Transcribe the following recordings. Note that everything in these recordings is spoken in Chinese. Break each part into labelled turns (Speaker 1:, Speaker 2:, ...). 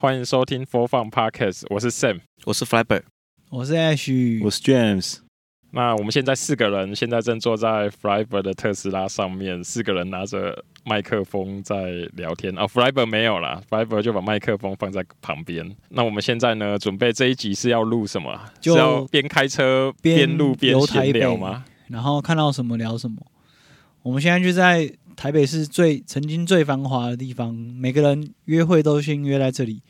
Speaker 1: 欢迎收听播放 Podcast，我是 Sam。
Speaker 2: 我是 Flapper，
Speaker 3: 我是 Ash，
Speaker 4: 我是 James，
Speaker 1: 那我们现在四个人现在正坐在 Flyber 的特斯拉上面，四个人拿着麦克风在聊天啊、哦。Flyber 没有啦，Flyber 就把麦克风放在旁边。那我们现在呢，准备这一集是要录什么啊？
Speaker 3: 就是
Speaker 1: 要边开车
Speaker 3: 边
Speaker 1: 边录边
Speaker 3: 游
Speaker 1: 闲
Speaker 3: 台北
Speaker 1: 聊吗？
Speaker 3: 然后看到什么聊什么。我们现在就在台北市最曾经最繁华的地方，每个人约会都先约在这里。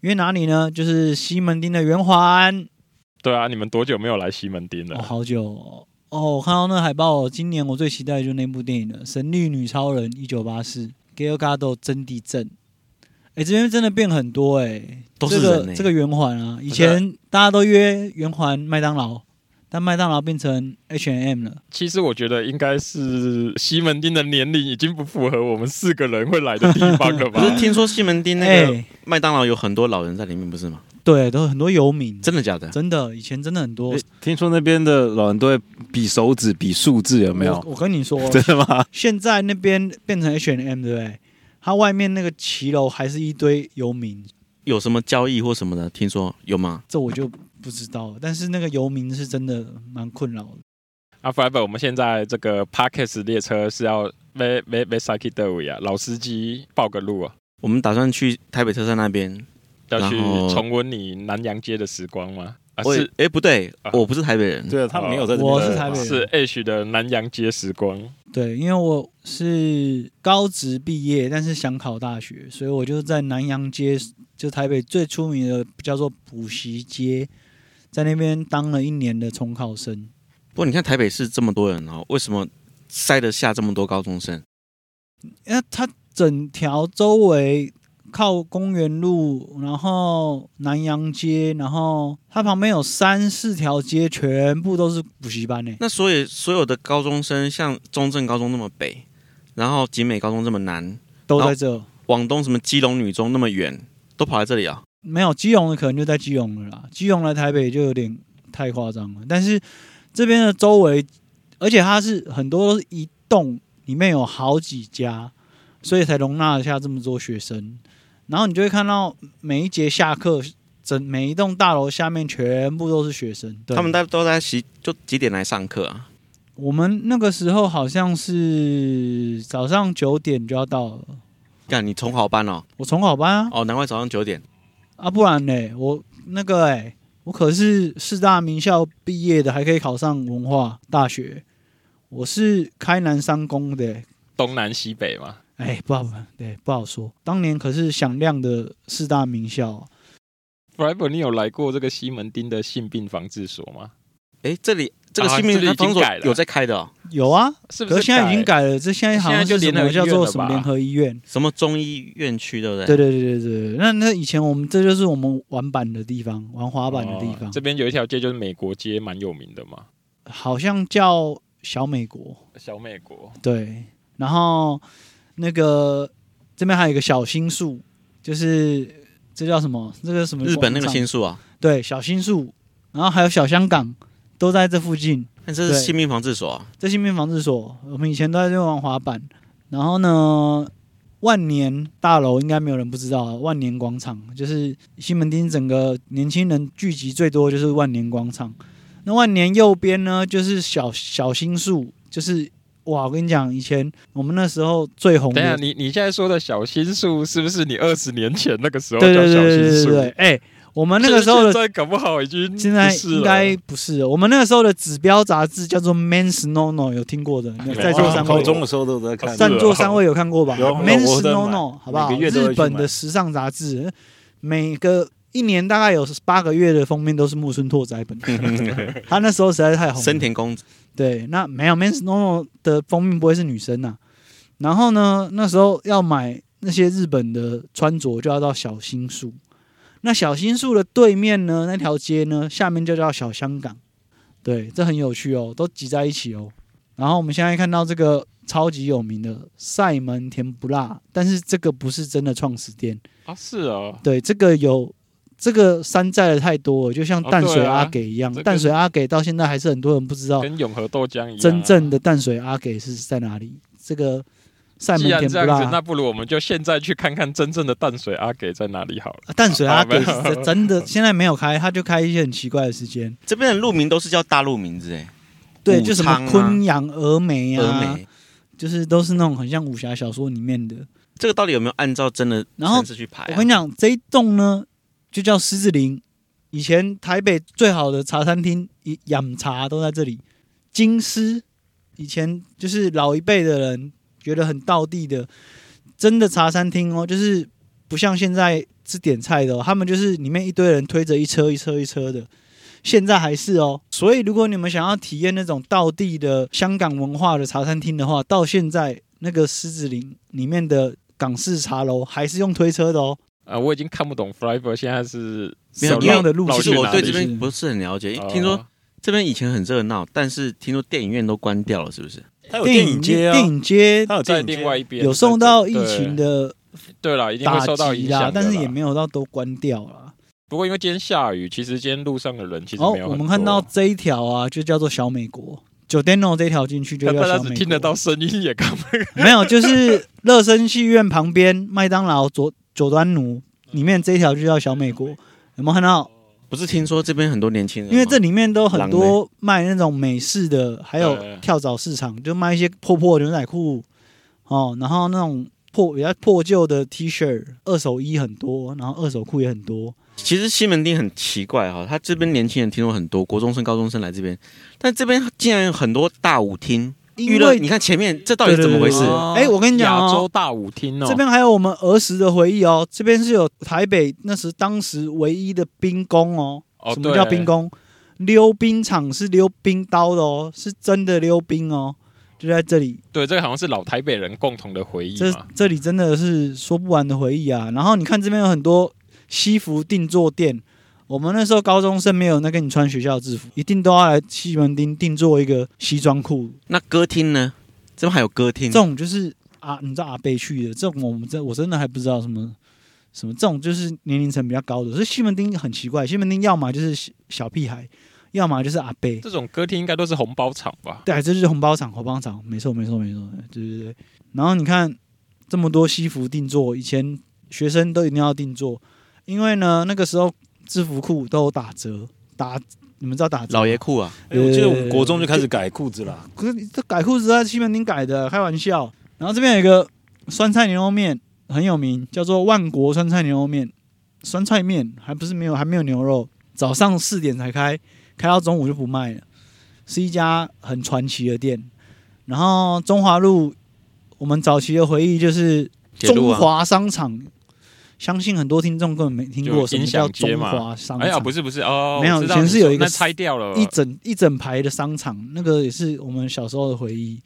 Speaker 3: 约哪里呢？就是西门町的圆环。
Speaker 1: 对啊，你们多久没有来西门町了？
Speaker 3: 哦，好久哦！哦我看到那海报哦，今年我最期待的就是那部电影了，《神力女超人》一九八四 g a l Gadot 真地震。哎、这边真的变很多哎、
Speaker 2: 都是
Speaker 3: 这
Speaker 2: 人欸
Speaker 3: 个
Speaker 2: 呢、
Speaker 3: 这个圆环啊，以前大家都约圆环麦当劳，但麦当劳变成 H&M 了。
Speaker 1: 其实我觉得应该是西门町的年龄已经不符合我们四个人会来的地方了吧
Speaker 2: 不？是听说西门町那
Speaker 3: 哎、
Speaker 2: 个麦当劳有很多老人在里面，不是吗？
Speaker 3: 对，都很多游民，
Speaker 2: 真的假的？
Speaker 3: 真的，以前真的很多
Speaker 4: 诶。听说那边的老人都会比手指、比数字，有没有？
Speaker 3: 我？我跟你说，
Speaker 4: 真的吗？
Speaker 3: 现在那边变成 H&M，对不对？它外面那个骑楼还是一堆游民，
Speaker 2: 有什么交易或什么的？听说有吗？
Speaker 3: 这我就不知道 了。但是那个游民是真的蛮困扰的。
Speaker 1: 啊 f i b e r 我们现在这个 Parkes 列车是要没没没 Saki 德维啊，老司机报个路啊，
Speaker 2: 我们打算去台北车站那边。
Speaker 1: 要去
Speaker 2: 然后
Speaker 1: 重温你南洋街的时光吗？啊，
Speaker 2: 我
Speaker 1: 是
Speaker 2: 哎、不对
Speaker 1: 啊，
Speaker 2: 我不是台北人。
Speaker 4: 对，他们没有在这边。
Speaker 3: 我是台北人
Speaker 1: 是 H 的南洋街时光。
Speaker 3: 对，因为我是高职毕业，但是想考大学，所以我就在南洋街，就台北最出名的叫做补习街，在那边当了一年的重考生。
Speaker 2: 不过你看台北市这么多人哦，为什么塞得下这么多高中生？
Speaker 3: 因为它整条周围靠公园路，然后南洋街，然后它旁边有三四条街，全部都是补习班呢、
Speaker 2: 那所以所有的高中生，像中正高中那么北，然后景美高中这么南，
Speaker 3: 都在这。
Speaker 2: 往东什么基隆女中那么远，都跑来这里啊、
Speaker 3: 没有基隆的可能就在基隆了啦，基隆来台北就有点太夸张了。但是这边的周围，而且它是很多都是一栋里面有好几家，所以才容纳得下这么多学生。然后你就会看到每一节下课，整每一栋大楼下面全部都是学生。对
Speaker 2: 他们大都在几就几点来上课啊？
Speaker 3: 我们那个时候好像是早上九点就要到了，
Speaker 2: 干，你重考班哦，
Speaker 3: 我重考班啊，
Speaker 1: 嗯
Speaker 2: 哦，难怪早上九点。
Speaker 3: 啊，不然呢？我那个哎、我可是四大名校毕业的，还可以考上文化大学。我是开南商工的、
Speaker 1: 东南西北嘛，
Speaker 3: 哎、不好不好对不好说。当年可是响亮的四大名校啊、
Speaker 1: f i b e r 你有来过这个西门町的性病防治所吗？
Speaker 2: 哎，这里这个
Speaker 1: 啊
Speaker 2: 新民
Speaker 1: 这里已经
Speaker 2: 防守
Speaker 1: 改了
Speaker 2: 有在开的、哦，
Speaker 3: 有啊，
Speaker 1: 是不
Speaker 3: 可
Speaker 1: 是？
Speaker 3: 是现在已经，改了，这现在好像是什
Speaker 1: 现在就联
Speaker 3: 么
Speaker 1: 合医院
Speaker 3: 叫
Speaker 1: 了吧
Speaker 3: 做什么联合医院？
Speaker 2: 什么中医院区，对不对？
Speaker 3: 对对对对对，对那那以前我们这就是我们玩板的地方，玩滑板的地方，
Speaker 1: 哦这边有一条街就是美国街，蛮有名的嘛，
Speaker 3: 好像叫小美国。
Speaker 1: 小美国。
Speaker 3: 对，然后那个这边还有一个小新宿，就是这叫什么？这个什么？
Speaker 2: 日本那个新宿啊，
Speaker 3: 对小新宿，然后还有小香港，都在这附近。
Speaker 2: 那这是
Speaker 3: 对
Speaker 2: 新民防治所、啊，
Speaker 3: 这新民防治所，我们以前都在这边玩滑板。然后呢，万年大楼应该没有人不知道啊，万年广场就是西门町整个年轻人聚集最多就是万年广场。那万年右边呢，就是小小新宿，就是哇，我跟你讲，以前我们那时候最红
Speaker 1: 等一下，
Speaker 3: 的，
Speaker 1: 你你现在说的小心树是不是你二十年前那个时候
Speaker 3: 对
Speaker 1: 叫
Speaker 3: 对对
Speaker 1: 小
Speaker 3: 对
Speaker 1: 心
Speaker 3: 对对
Speaker 1: 树？
Speaker 3: 对，哎、我们那个时候的
Speaker 1: 现在搞不好已经
Speaker 3: 现在
Speaker 1: 不是了
Speaker 3: 应该不是了，我们那个时候的指标杂志叫做《Men's No No》，有听过的，
Speaker 4: 啊
Speaker 3: 在座
Speaker 1: 哦
Speaker 3: 三
Speaker 4: 高
Speaker 3: 位。
Speaker 4: 中的时候都在看。
Speaker 1: 哦是
Speaker 3: 赞
Speaker 1: 啊
Speaker 3: 助三位有看过吧
Speaker 4: 有有我
Speaker 3: ？Men's
Speaker 4: 在买
Speaker 3: No No，好不好？
Speaker 4: 每个月都会去
Speaker 3: 日
Speaker 4: 买
Speaker 3: 本的时尚杂志，每个一年大概有八个月的封面都是木村拓哉本人。 他那时候实在是太红了。
Speaker 2: 森田公子
Speaker 3: 对，那没有 Men's No No 的封面不会是女生呐、然后呢，那时候要买那些日本的穿着，就要到小新宿。那小新宿的对面呢，那条街呢，下面就叫小香港。对，这很有趣哦，都挤在一起哦。然后我们现在看到这个超级有名的塞门甜不辣，但是这个不是真的创始店，
Speaker 1: 啊，是哦，
Speaker 3: 对，这个有这个山寨的太多了，就像
Speaker 1: 哦
Speaker 3: 淡水
Speaker 1: 对啊
Speaker 3: 阿给一样，
Speaker 1: 这个
Speaker 3: 淡水阿给到现在还是很多人不知道
Speaker 1: 跟永和豆浆一样啊、
Speaker 3: 真正的淡水阿给是在哪里？这个塞门
Speaker 1: 既然
Speaker 3: 甜
Speaker 1: 这
Speaker 3: 不
Speaker 1: 样子，
Speaker 3: 辣
Speaker 1: 那。不如我们就现在去看看真正的淡水阿给在哪里好了。
Speaker 3: 啊淡水阿
Speaker 1: 好吧
Speaker 3: 给是真真的现在没有开，他就开一些很奇怪的时间，
Speaker 2: 这边的路名都是叫大陆名字哎，
Speaker 3: 对，
Speaker 2: 武
Speaker 3: 就什
Speaker 2: 昌
Speaker 3: 么
Speaker 2: 啊
Speaker 3: 昆阳峨眉
Speaker 2: 峨
Speaker 3: 啊，
Speaker 2: 眉。
Speaker 3: 就是都是那种很像武侠小说里面的。
Speaker 2: 这个到底有没有按照真的
Speaker 3: 然后
Speaker 2: 城市去排啊？
Speaker 3: 我跟你讲，这一栋呢就叫狮子林，以前台北最好的茶餐厅、饮养茶都在这里。金狮，以前就是老一辈的人觉得很道地的，真的茶餐厅哦，就是不像现在是点菜的、哦，他们就是里面一堆人推着一车一车一车的。现在还是哦，所以如果你们想要体验那种道地的香港文化的茶餐厅的话，到现在那个狮子林里面的港式茶楼还是用推车的哦。
Speaker 1: 啊，我已经看不懂 Flyber 现在是
Speaker 2: 没有
Speaker 1: 走
Speaker 2: 一样
Speaker 3: 的路
Speaker 1: 绕
Speaker 2: 其
Speaker 3: 跑
Speaker 2: 实
Speaker 1: 去
Speaker 2: 我
Speaker 1: 哪
Speaker 2: 对
Speaker 1: 里
Speaker 2: 这边
Speaker 3: 是
Speaker 2: 不是很了解，
Speaker 1: 哦
Speaker 2: 听说这边以前很热闹，但是听说电影院都关掉了，是不是？
Speaker 4: 他有电影街啊
Speaker 3: 电，影街
Speaker 4: 他有
Speaker 1: 在
Speaker 4: 电影街
Speaker 1: 另外一边
Speaker 3: 有受到疫情的
Speaker 1: 对对啦，一定会
Speaker 3: 打
Speaker 1: 受到
Speaker 3: 击
Speaker 1: 影
Speaker 3: 啦
Speaker 1: 响，，
Speaker 3: 但是也没
Speaker 1: 有。
Speaker 3: 有到都关掉了。
Speaker 1: 不过因为今天下雨，其实今天路上的人其实
Speaker 3: 哦
Speaker 1: 没有，很多。
Speaker 3: 我们看到这一条啊，就叫做小美国。酒店弄这一条进去就
Speaker 1: 但
Speaker 3: 叫
Speaker 1: 大家
Speaker 3: 小美
Speaker 1: 只
Speaker 3: 国，
Speaker 1: 听得到声音，也看不
Speaker 3: 没有？就是乐声戏院旁边麦当劳左九端奴里面这一条就叫小美国，有没有看到？
Speaker 2: 不是听说这边很多年轻人吗，哦
Speaker 3: 因为这里面都很
Speaker 2: 狼
Speaker 3: 多卖那种美式的，还有
Speaker 1: 对
Speaker 3: 跳蚤市场，就卖一些破破牛仔裤哦，然后那种破比较破旧的 T 恤、二手衣很多，然后二手裤也很多。
Speaker 2: 其实西门町很奇怪哈、他这边年轻人听说很多，国中生、高中生来这边，但这边竟然有很多大舞厅、娱
Speaker 3: 因
Speaker 2: 乐，
Speaker 3: 为
Speaker 2: 你看前面这到底是怎么回事？
Speaker 3: 对对对
Speaker 1: 到。
Speaker 3: 哎我跟你讲哦
Speaker 1: 亚洲大舞厅哦，
Speaker 3: 这边还有我们儿时的回忆哦，这边是有台北那时当时唯一的兵工哦。
Speaker 1: 哦
Speaker 3: 什么叫
Speaker 1: 对
Speaker 3: 兵工？溜冰场是溜冰刀的哦，是真的溜冰哦，就在这里。
Speaker 1: 对，这个好像是老台北人共同的回忆
Speaker 3: 这
Speaker 1: 嘛。
Speaker 3: 这里真的是说不完的回忆啊。然后你看这边有很多西服定做店，我们那时候高中生没有那跟你穿学校制服，一定都要来西门町定做一个西装裤。
Speaker 2: 那歌厅呢？这边还有歌厅
Speaker 3: 这，种就是啊，你知道阿贝去的这种，我们真我真的还不知道什么什么这种就是年龄层比较高的。所以西门町很奇怪，西门町要么就是小小屁孩，要么就是阿贝。
Speaker 1: 这种歌厅应该都是红包场吧？
Speaker 3: 对，这就是红包厂，红包厂，没错，没错，没错，对对对。然后你看这么多西服定做，以前学生都一定要定做，因为呢那个时候制服裤都有打折，打你们知道打折吗
Speaker 2: 老爷裤啊，
Speaker 4: 哎我记得我们国中就开始改裤子了，
Speaker 3: 可是你这改裤子在西门町改的，开玩笑。然后这边有一个酸菜牛肉面很有名，叫做万国酸菜牛肉面，酸菜面还不是没有还没有牛肉，早上四点才开，开到中午就不卖了，是一家很传奇的店。然后中华路，我们早期的回忆就是
Speaker 2: 铁路
Speaker 3: 中
Speaker 2: 啊
Speaker 3: 华商场，相信很多听众根本没听过
Speaker 1: 就
Speaker 3: 什么
Speaker 1: 音
Speaker 3: 叫
Speaker 1: 响街
Speaker 3: 中
Speaker 1: 嘛
Speaker 3: 华商
Speaker 1: 哎呀，
Speaker 3: 场
Speaker 1: 不。是不是哦，
Speaker 3: 没有
Speaker 1: 我知道
Speaker 3: 以前
Speaker 1: 你
Speaker 3: 是有
Speaker 1: 说
Speaker 3: 一个
Speaker 1: 那拆掉了，
Speaker 3: 一整一整排的商场，那个也是我们小时候的回忆。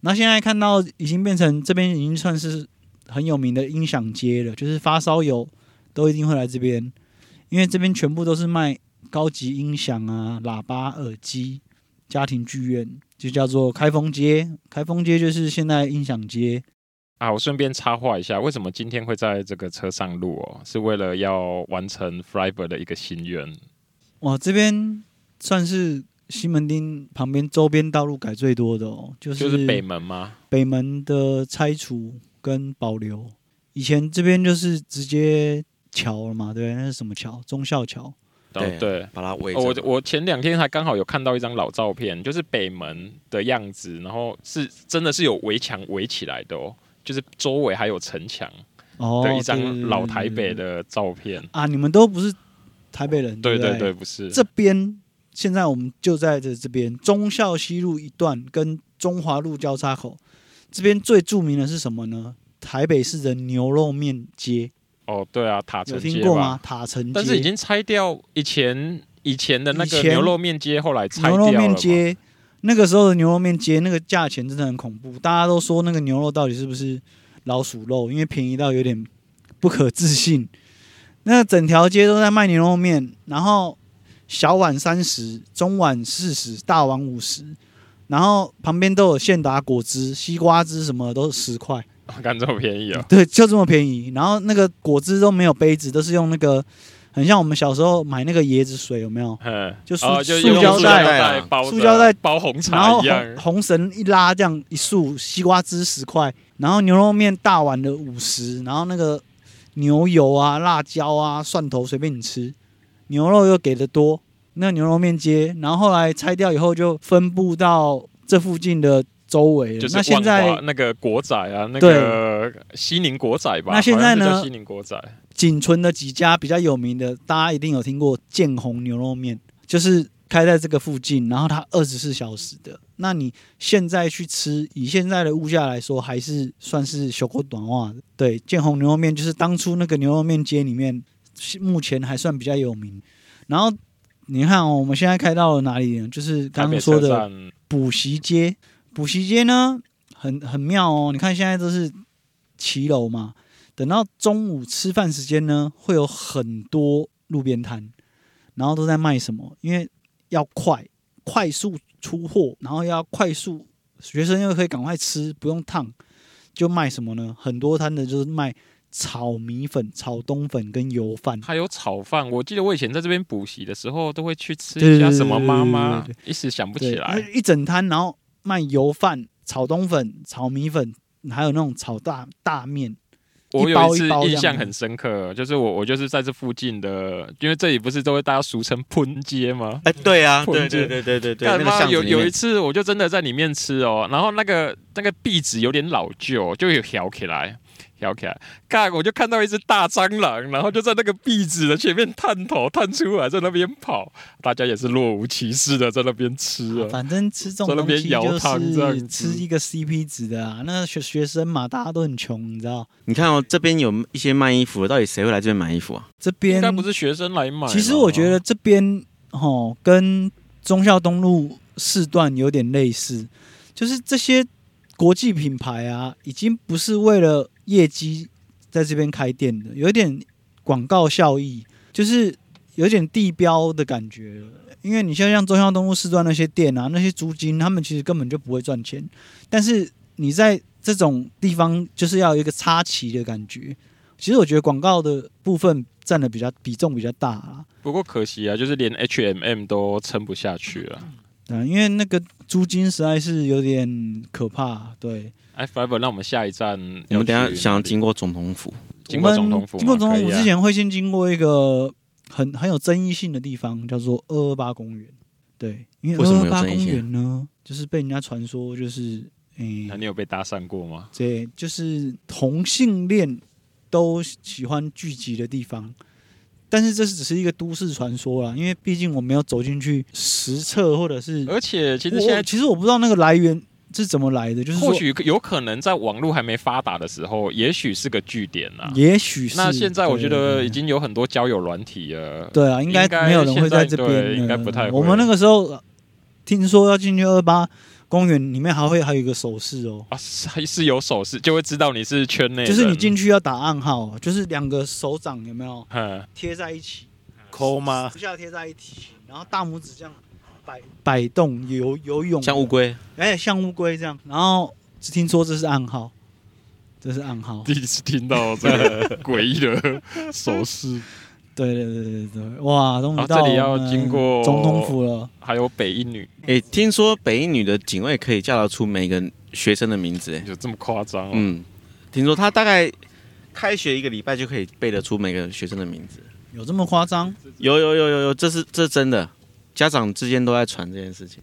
Speaker 3: 然后现在看到已经变成这边已经算是很有名的音响街了，就是发烧友都一定会来这边，因为这边全部都是卖高级音响啊、喇叭、耳机、家庭剧院，就叫做开封街。开封街就是现在音响街，
Speaker 1: 啊，我顺便插话一下，为什么今天会在这个车上录哦？是为了要完成 Flyber 的一个心愿。
Speaker 3: 哇，这边算是西门町旁边周边道路改最多的哦，就是
Speaker 1: 就是北门吗？
Speaker 3: 北门的拆除跟保留，以前这边就是直接桥了嘛，对不对，那是什么桥？忠孝桥。
Speaker 1: 对哦
Speaker 2: 对
Speaker 1: 对。
Speaker 2: 把它围着。
Speaker 1: 哦我我前两天还刚好有看到一张老照片，就是北门的样子，然后是真的是有围墙围起来的哦，就是周围还有城墙
Speaker 3: 哦，
Speaker 1: 的一
Speaker 3: 对对
Speaker 1: 张
Speaker 3: 对
Speaker 1: 老台北
Speaker 3: 对对
Speaker 1: 的照片。
Speaker 3: 啊，你们都不是台北人，
Speaker 1: 对
Speaker 3: 对
Speaker 1: 对
Speaker 3: 不
Speaker 1: 对，不是
Speaker 3: 这边现在我们就在这这边忠孝西路一段跟中华路交叉口，这边最著名的是什么呢？台北市的牛肉面街，
Speaker 1: 哦，对啊，塔城
Speaker 3: 有
Speaker 1: 街
Speaker 3: 听过
Speaker 1: 吧
Speaker 3: 吗？塔城街，
Speaker 1: 但是已经拆掉以前以前的那
Speaker 3: 以
Speaker 1: 个
Speaker 3: 前
Speaker 1: 牛肉面街，后来拆
Speaker 3: 牛
Speaker 1: 掉了
Speaker 3: 肉
Speaker 1: 嘛。
Speaker 3: 面街，那个时候的牛肉面街，那个价钱真的很恐怖。大家都说那个牛肉到底是不是老鼠肉，因为便宜到有点不可置信。那整条街都在卖牛肉面，然后小碗三十，中碗四十，大碗五十，然后旁边都有现打果汁、西瓜汁什么的都是十块。
Speaker 1: 干这么便宜啊！
Speaker 3: 对，就这么便宜。然后那个果汁都没有杯子，都是用那个很像我们小时候买那个椰子水，有没有？
Speaker 1: 嗯，
Speaker 3: 就塑
Speaker 1: 哦就
Speaker 3: 塑
Speaker 1: 用
Speaker 3: 胶袋
Speaker 1: 袋
Speaker 2: 啊
Speaker 1: 包着
Speaker 3: 塑胶袋
Speaker 1: 包红
Speaker 3: 然
Speaker 1: 茶
Speaker 3: 后
Speaker 1: 一样，
Speaker 3: 红红绳一拉，这样一束西瓜汁十块，然后牛肉面大碗的五十，然后那个牛油啊、辣椒啊、蒜头随便你吃，牛肉又给的多，那牛肉面街，然后后来拆掉以后就分布到这附近的周围了。
Speaker 1: 就是
Speaker 3: 那现
Speaker 1: 万华
Speaker 3: 在
Speaker 1: 那个国仔啊，那个西宁国仔吧，
Speaker 3: 那现在呢
Speaker 1: 好像是叫西宁国仔，
Speaker 3: 仅存的几家比较有名的，大家一定有听过建宏牛肉面，就是开在这个附近，然后它二十四小时的。那你现在去吃，以现在的物价来说，还是算是小口短袜的。对，建宏牛肉面就是当初那个牛肉面街里面，目前还算比较有名。然后你看、哦，我们现在开到了哪里呢？就是刚刚说
Speaker 1: 台
Speaker 3: 的
Speaker 1: 北车站
Speaker 3: 补习街。补习街呢，很很妙哦。你看现在都是骑楼嘛，等到中午吃饭时间呢，会有很多路边摊，然后都在卖什么？因为要快，快速出货，然后要快速，学生又可以赶快吃，不用烫，就卖什么呢？很多摊的就是卖炒米粉、炒冬粉跟油饭。
Speaker 1: 还有炒饭。我记得我以前在这边补习的时候，都会去吃
Speaker 3: 对
Speaker 1: 一
Speaker 3: 对
Speaker 1: 下
Speaker 3: 对
Speaker 1: 什么妈妈
Speaker 3: 对，
Speaker 1: 一时想不
Speaker 3: 对，
Speaker 1: 起来。
Speaker 3: 一整摊，然后卖油饭、炒冬粉、炒米粉，还有那种炒大大面。
Speaker 1: 我
Speaker 3: 一包
Speaker 1: 有一次
Speaker 3: 一包这样
Speaker 1: 印象很深刻，就是我我就是在这附近的，因为这里不是都会大家俗称喷街吗？
Speaker 2: 哎，对啊，
Speaker 1: 混
Speaker 2: 对
Speaker 1: 街
Speaker 2: 对对对对对，
Speaker 1: 干
Speaker 2: 那个
Speaker 1: 妈
Speaker 2: 巷子
Speaker 1: 有
Speaker 2: 里
Speaker 1: 有一
Speaker 2: 面，
Speaker 1: 次，我就真的在里面吃哦，然后那个那个壁纸有点老旧，就有挑起来，挑起来，干我就看到一只大蟑螂，然后就在那个壁纸的前面探头探出来，在那边跑，大家也是若无其事的在那边吃啊。
Speaker 3: 反正吃这种
Speaker 1: 在那
Speaker 3: 东
Speaker 1: 边
Speaker 3: 西
Speaker 1: 摇
Speaker 3: 就
Speaker 1: 汤这样子
Speaker 3: 是吃一个 CP 值的啊。那学学生嘛，大家都很穷，你知道。
Speaker 2: 你看哦，这边有一些卖衣服的，到底谁会来这边买衣服啊？
Speaker 3: 这
Speaker 1: 应
Speaker 3: 边
Speaker 1: 该不是学生来买吧。
Speaker 3: 其实我觉得这边哦，跟忠孝东路四段有点类似，就是这些国际品牌啊，已经不是为了业绩在这边开店的，有一点广告效益，就是有点地标的感觉了。因为你像像中孝东路四段那些店啊，那些租金他们其实根本就不会赚钱，但是你在这种地方就是要有一个插旗的感觉。其实我觉得广告的部分占的比较比重比较大啦，
Speaker 1: 不过可惜啊，就是连 H&M 都撑不下去了。
Speaker 3: 嗯，因为那个租金实在是有点可怕。对，
Speaker 1: 哎，Fiverr，那我们下一站要
Speaker 2: 我
Speaker 1: 去哪里，
Speaker 2: 们等一下想要经过总统府，
Speaker 1: 经过总
Speaker 3: 我
Speaker 1: 统
Speaker 3: 们
Speaker 1: 府吗，
Speaker 3: 经过总统府
Speaker 1: 可以啊
Speaker 3: 之前会先经过一个很很有争议性的地方，叫做二二八公园。对，因
Speaker 2: 为
Speaker 3: 为
Speaker 2: 什
Speaker 3: 二
Speaker 2: 么
Speaker 3: 二
Speaker 2: 有
Speaker 3: 八
Speaker 2: 争议
Speaker 3: 公
Speaker 2: 性啊
Speaker 3: 园呢，就是被人家传说就是，诶、
Speaker 1: 那你有被搭讪过吗？
Speaker 3: 对，就是同性恋都喜欢聚集的地方。但是这是只是一个都市传说啦，因为毕竟我没有走进去实测，或者
Speaker 2: 嗯
Speaker 3: 是
Speaker 1: 而且呃其实
Speaker 3: 我
Speaker 1: 现在
Speaker 3: 其实我不知道那个来源是怎么来的，就是说
Speaker 1: 或许有可能在网络还没发达的时候，也许是个据点啊。
Speaker 3: 也许是。
Speaker 1: 那现在我觉得
Speaker 3: 对
Speaker 1: 已经有很多交友软体了。
Speaker 3: 对啊，应该
Speaker 1: 应该
Speaker 3: 没有人会在这
Speaker 1: 现在对
Speaker 3: 边，
Speaker 1: 应该不太会
Speaker 3: 我们那个时候听说要进去二八公园，里面还会还有一个手势哦，
Speaker 1: 啊，是还是有手势就会知道你是圈内人，
Speaker 3: 就是你 进去要打暗号，哦就是两个手掌有没有
Speaker 1: 嗯，
Speaker 3: 贴在一起，
Speaker 4: 抠吗？
Speaker 3: 不下贴在一起，然后大拇指这样摆摆动游游泳，
Speaker 2: 像乌龟，
Speaker 3: 哎像乌龟这样，然后只听说这是暗号，这是暗号。
Speaker 1: 第一次听到这个诡异的手 势，
Speaker 3: 对对对对对，哇，终
Speaker 1: 好
Speaker 3: 于到
Speaker 1: 这里要
Speaker 3: 我们
Speaker 1: 经过
Speaker 3: 总统府了。
Speaker 1: 还有北一女，
Speaker 2: 哎，听说北一女的警卫可以叫得出每个学生的名字，哎，
Speaker 1: 有这么夸张哦？
Speaker 2: 嗯，听说她大概开学一个礼拜就可以背得出每个学生的名字，
Speaker 3: 有这么夸张？
Speaker 2: 有有有有有，这是这是真的，家长之间都在传这件事情。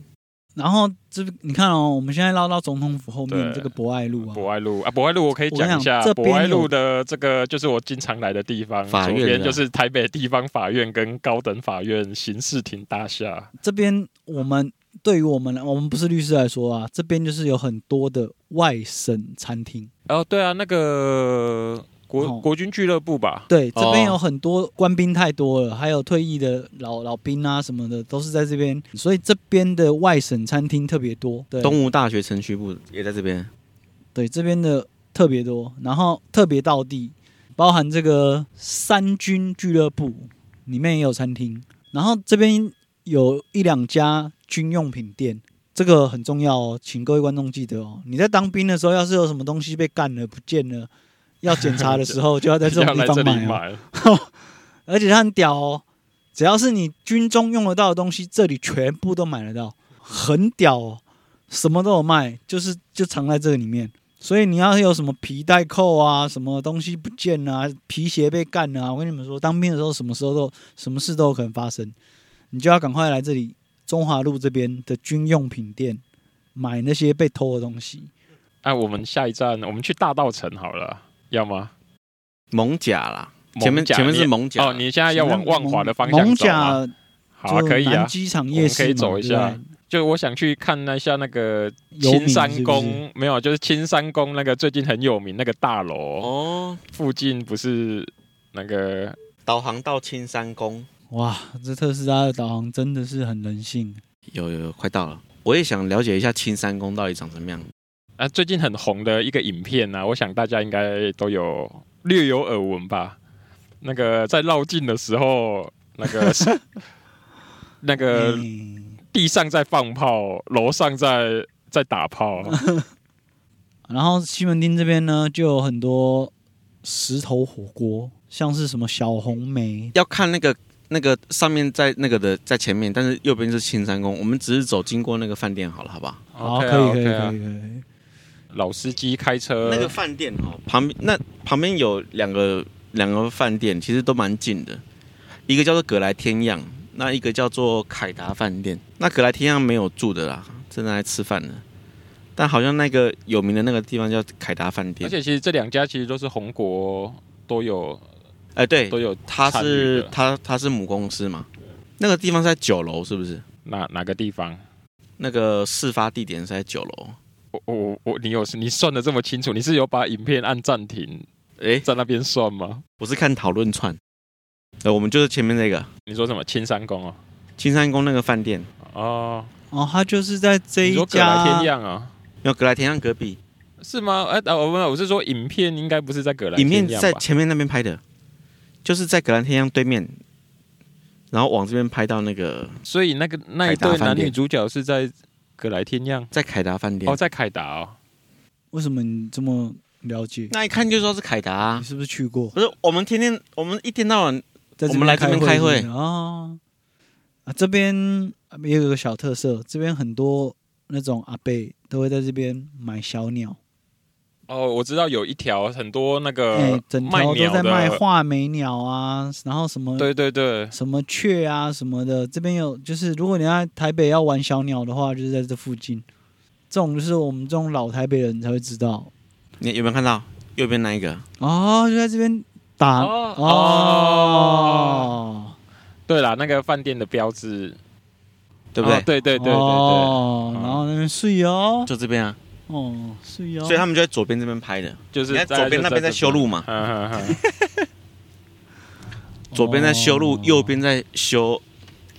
Speaker 3: 然后这你看哦，我们现在绕到总统府后面
Speaker 1: 对
Speaker 3: 这个博爱路啊，
Speaker 1: 博爱路啊，博爱路我可以
Speaker 3: 我
Speaker 1: 讲
Speaker 3: 跟
Speaker 1: 一
Speaker 3: 你讲
Speaker 1: 下，
Speaker 3: 这边
Speaker 1: 博爱路
Speaker 3: 有
Speaker 1: 的这个就是我经常来的地方，
Speaker 2: 法院
Speaker 1: 左边
Speaker 2: 啊
Speaker 1: 就是台北地方法院跟高等法院刑事庭大厦，
Speaker 3: 这边我们对于我们来，我们不是律师来说啊，这边就是有很多的外省餐厅，
Speaker 1: 哦，对啊，那个国、
Speaker 3: 哦
Speaker 1: 国军俱乐部吧，
Speaker 3: 对，这边
Speaker 2: 哦
Speaker 3: 有很多官兵太多了，还有退役的老老兵啊什么的，都是在这边，所以这边的外省餐厅特别多，对，
Speaker 2: 东吴大学城区部也在这边，
Speaker 3: 对这边的特别多，然后特别到地，包含这个三军俱乐部里面也有餐厅，然后这边有一两家军用品店，这个很重要哦，请各位观众记得哦，你在当兵的时候，要是有什么东西 被干了不见了，要检查的时候就要在这
Speaker 1: 要
Speaker 3: 种
Speaker 1: 来
Speaker 3: 地
Speaker 1: 这
Speaker 3: 方
Speaker 1: 里
Speaker 3: 买、哦。
Speaker 1: 买，
Speaker 3: 而且它很屌哦，只要是你军中用得到的东西，这里全部都买得到，很屌哦，什么都有卖，就是就藏在这里面。所以你要是有什么皮带扣啊，什么东西不见啊，皮鞋被干了啊，我跟你们说，当兵的时候什么时候都什么事都有可能发生，你就要赶快来这里中华路这边的军用品店买那些被偷的东西。
Speaker 1: 哎、我们下一站我们去大道城好了，啊要吗？
Speaker 2: 蒙甲啦，
Speaker 1: 蒙
Speaker 2: 前面
Speaker 1: 甲
Speaker 2: 前面是
Speaker 1: 你
Speaker 2: 蒙甲
Speaker 1: 哦，你现在要往万华的方向
Speaker 3: 蒙
Speaker 1: 走啊？
Speaker 3: 甲
Speaker 1: 好啊，
Speaker 3: 就
Speaker 1: 可以啊
Speaker 3: 南。机场夜市
Speaker 1: 我们
Speaker 3: 嘛
Speaker 1: 可以走一下
Speaker 3: 对不
Speaker 1: 就我想去看一下那个青
Speaker 3: 对游民是不是
Speaker 1: 山宫，没有，就是青山宫那个最近很有名那个大楼、
Speaker 2: 哦，
Speaker 1: 附近不是那个
Speaker 2: 导航到青山宫，
Speaker 3: 哇，这特斯拉的导航真的是很人性。
Speaker 2: 有有有，快到了。我也想了解一下青山宫到底长什么样。
Speaker 1: 啊最近很红的一个影片啊，我想大家应该都有略有耳闻吧。那个在绕境的时候，那 个那个
Speaker 3: 嗯
Speaker 1: 地上在放炮，楼上在在打 炮，
Speaker 3: 然后西门町这边呢，就有很多石头火锅，像是什么小红梅，
Speaker 2: 要看那个那个上面在那个的在前面，但是右边是青山宫，我们只是走经过那个饭店好了，好不好？
Speaker 3: 哦好，可
Speaker 1: OK
Speaker 3: 以
Speaker 1: 啊
Speaker 3: 可以
Speaker 1: OK 啊
Speaker 3: 可以可以，
Speaker 1: 老司机开车，
Speaker 2: 那个饭店哦，旁边那旁边有两个两个饭店，其实都蛮近的，一个叫做葛莱天漾，那一个叫做凯达饭店。那葛莱天漾没有住的啦，正在吃饭呢。但好像那个有名的那个地方叫凯达饭
Speaker 1: 而
Speaker 2: 店，
Speaker 1: 且其实这两家其实都是红国都有
Speaker 2: 哎、对，
Speaker 1: 都有
Speaker 2: 他
Speaker 1: 参与
Speaker 2: 是
Speaker 1: 的
Speaker 2: 他他是母公司嘛，那个地方是在九楼是不是？
Speaker 1: 哪哪个地方？
Speaker 2: 那个事发地点是在九楼，
Speaker 1: 我我我，你有你算的这么清楚？你是有把影片按暂停
Speaker 2: 哎、
Speaker 1: 在那边算吗？
Speaker 2: 我是看讨论串，呃，我们就是前面那个
Speaker 1: 你说什么青山宫哦？
Speaker 2: 青山宫那个饭店，
Speaker 1: 哦，
Speaker 3: 哦，它就是在这
Speaker 1: 你
Speaker 3: 一
Speaker 1: 说葛莱天
Speaker 3: 家，
Speaker 1: 样啊？
Speaker 2: 没有格莱天漾隔壁，
Speaker 1: 是吗？哎、啊，我我是说影片应该不是在葛莱
Speaker 2: 里面
Speaker 1: 天样
Speaker 2: 在
Speaker 1: 吧？
Speaker 2: 前面那边拍的，就是在格莱天漾对面，然后往这边拍到那个
Speaker 1: 所以那个那一
Speaker 2: 凯达
Speaker 1: 对
Speaker 2: 饭
Speaker 1: 男女
Speaker 2: 店
Speaker 1: 主角是在葛莱天样
Speaker 2: 在凯达饭店，
Speaker 1: 哦，在凯达哦。
Speaker 3: 为什么你这么了解？
Speaker 2: 那一看就知道是凯达、
Speaker 3: 你
Speaker 2: 啊。
Speaker 3: 是不是去过？
Speaker 2: 不是，我们天天我们一天到晚
Speaker 3: 在
Speaker 2: 我们来这边开会
Speaker 3: 是不是哦。啊，这边啊也有个小特色，这边很多那种阿伯都会在这边买小鸟，
Speaker 1: 哦，我知道有一条很多那
Speaker 3: 哎、
Speaker 1: 个
Speaker 3: 整
Speaker 1: 呃卖
Speaker 3: 条
Speaker 1: 鸟
Speaker 3: 都在
Speaker 1: 的，
Speaker 3: 卖画眉鸟啊，然后什么
Speaker 1: 对对对，
Speaker 3: 什么雀啊什么的，这边有就是如果你在台北要玩小鸟的话，就是在这附近。这种就是我们这种老台北人才会知道
Speaker 2: 你有没有看到右边那一个？
Speaker 3: 哦，就在这边打
Speaker 1: 哦
Speaker 3: 哦，
Speaker 1: 对啦，那个饭店的标志，
Speaker 2: 对不对？
Speaker 1: 哦对对对对对，
Speaker 3: 哦
Speaker 1: 嗯
Speaker 3: 然后那边睡哦，
Speaker 2: 就这边啊，
Speaker 3: 哦睡哦，
Speaker 2: 所以他们就在左边这边拍的，
Speaker 1: 就是
Speaker 2: 你看左边那边在修路嘛，
Speaker 1: 嗯，嗯嗯
Speaker 2: 左边在修路
Speaker 3: 哦，
Speaker 2: 右边在修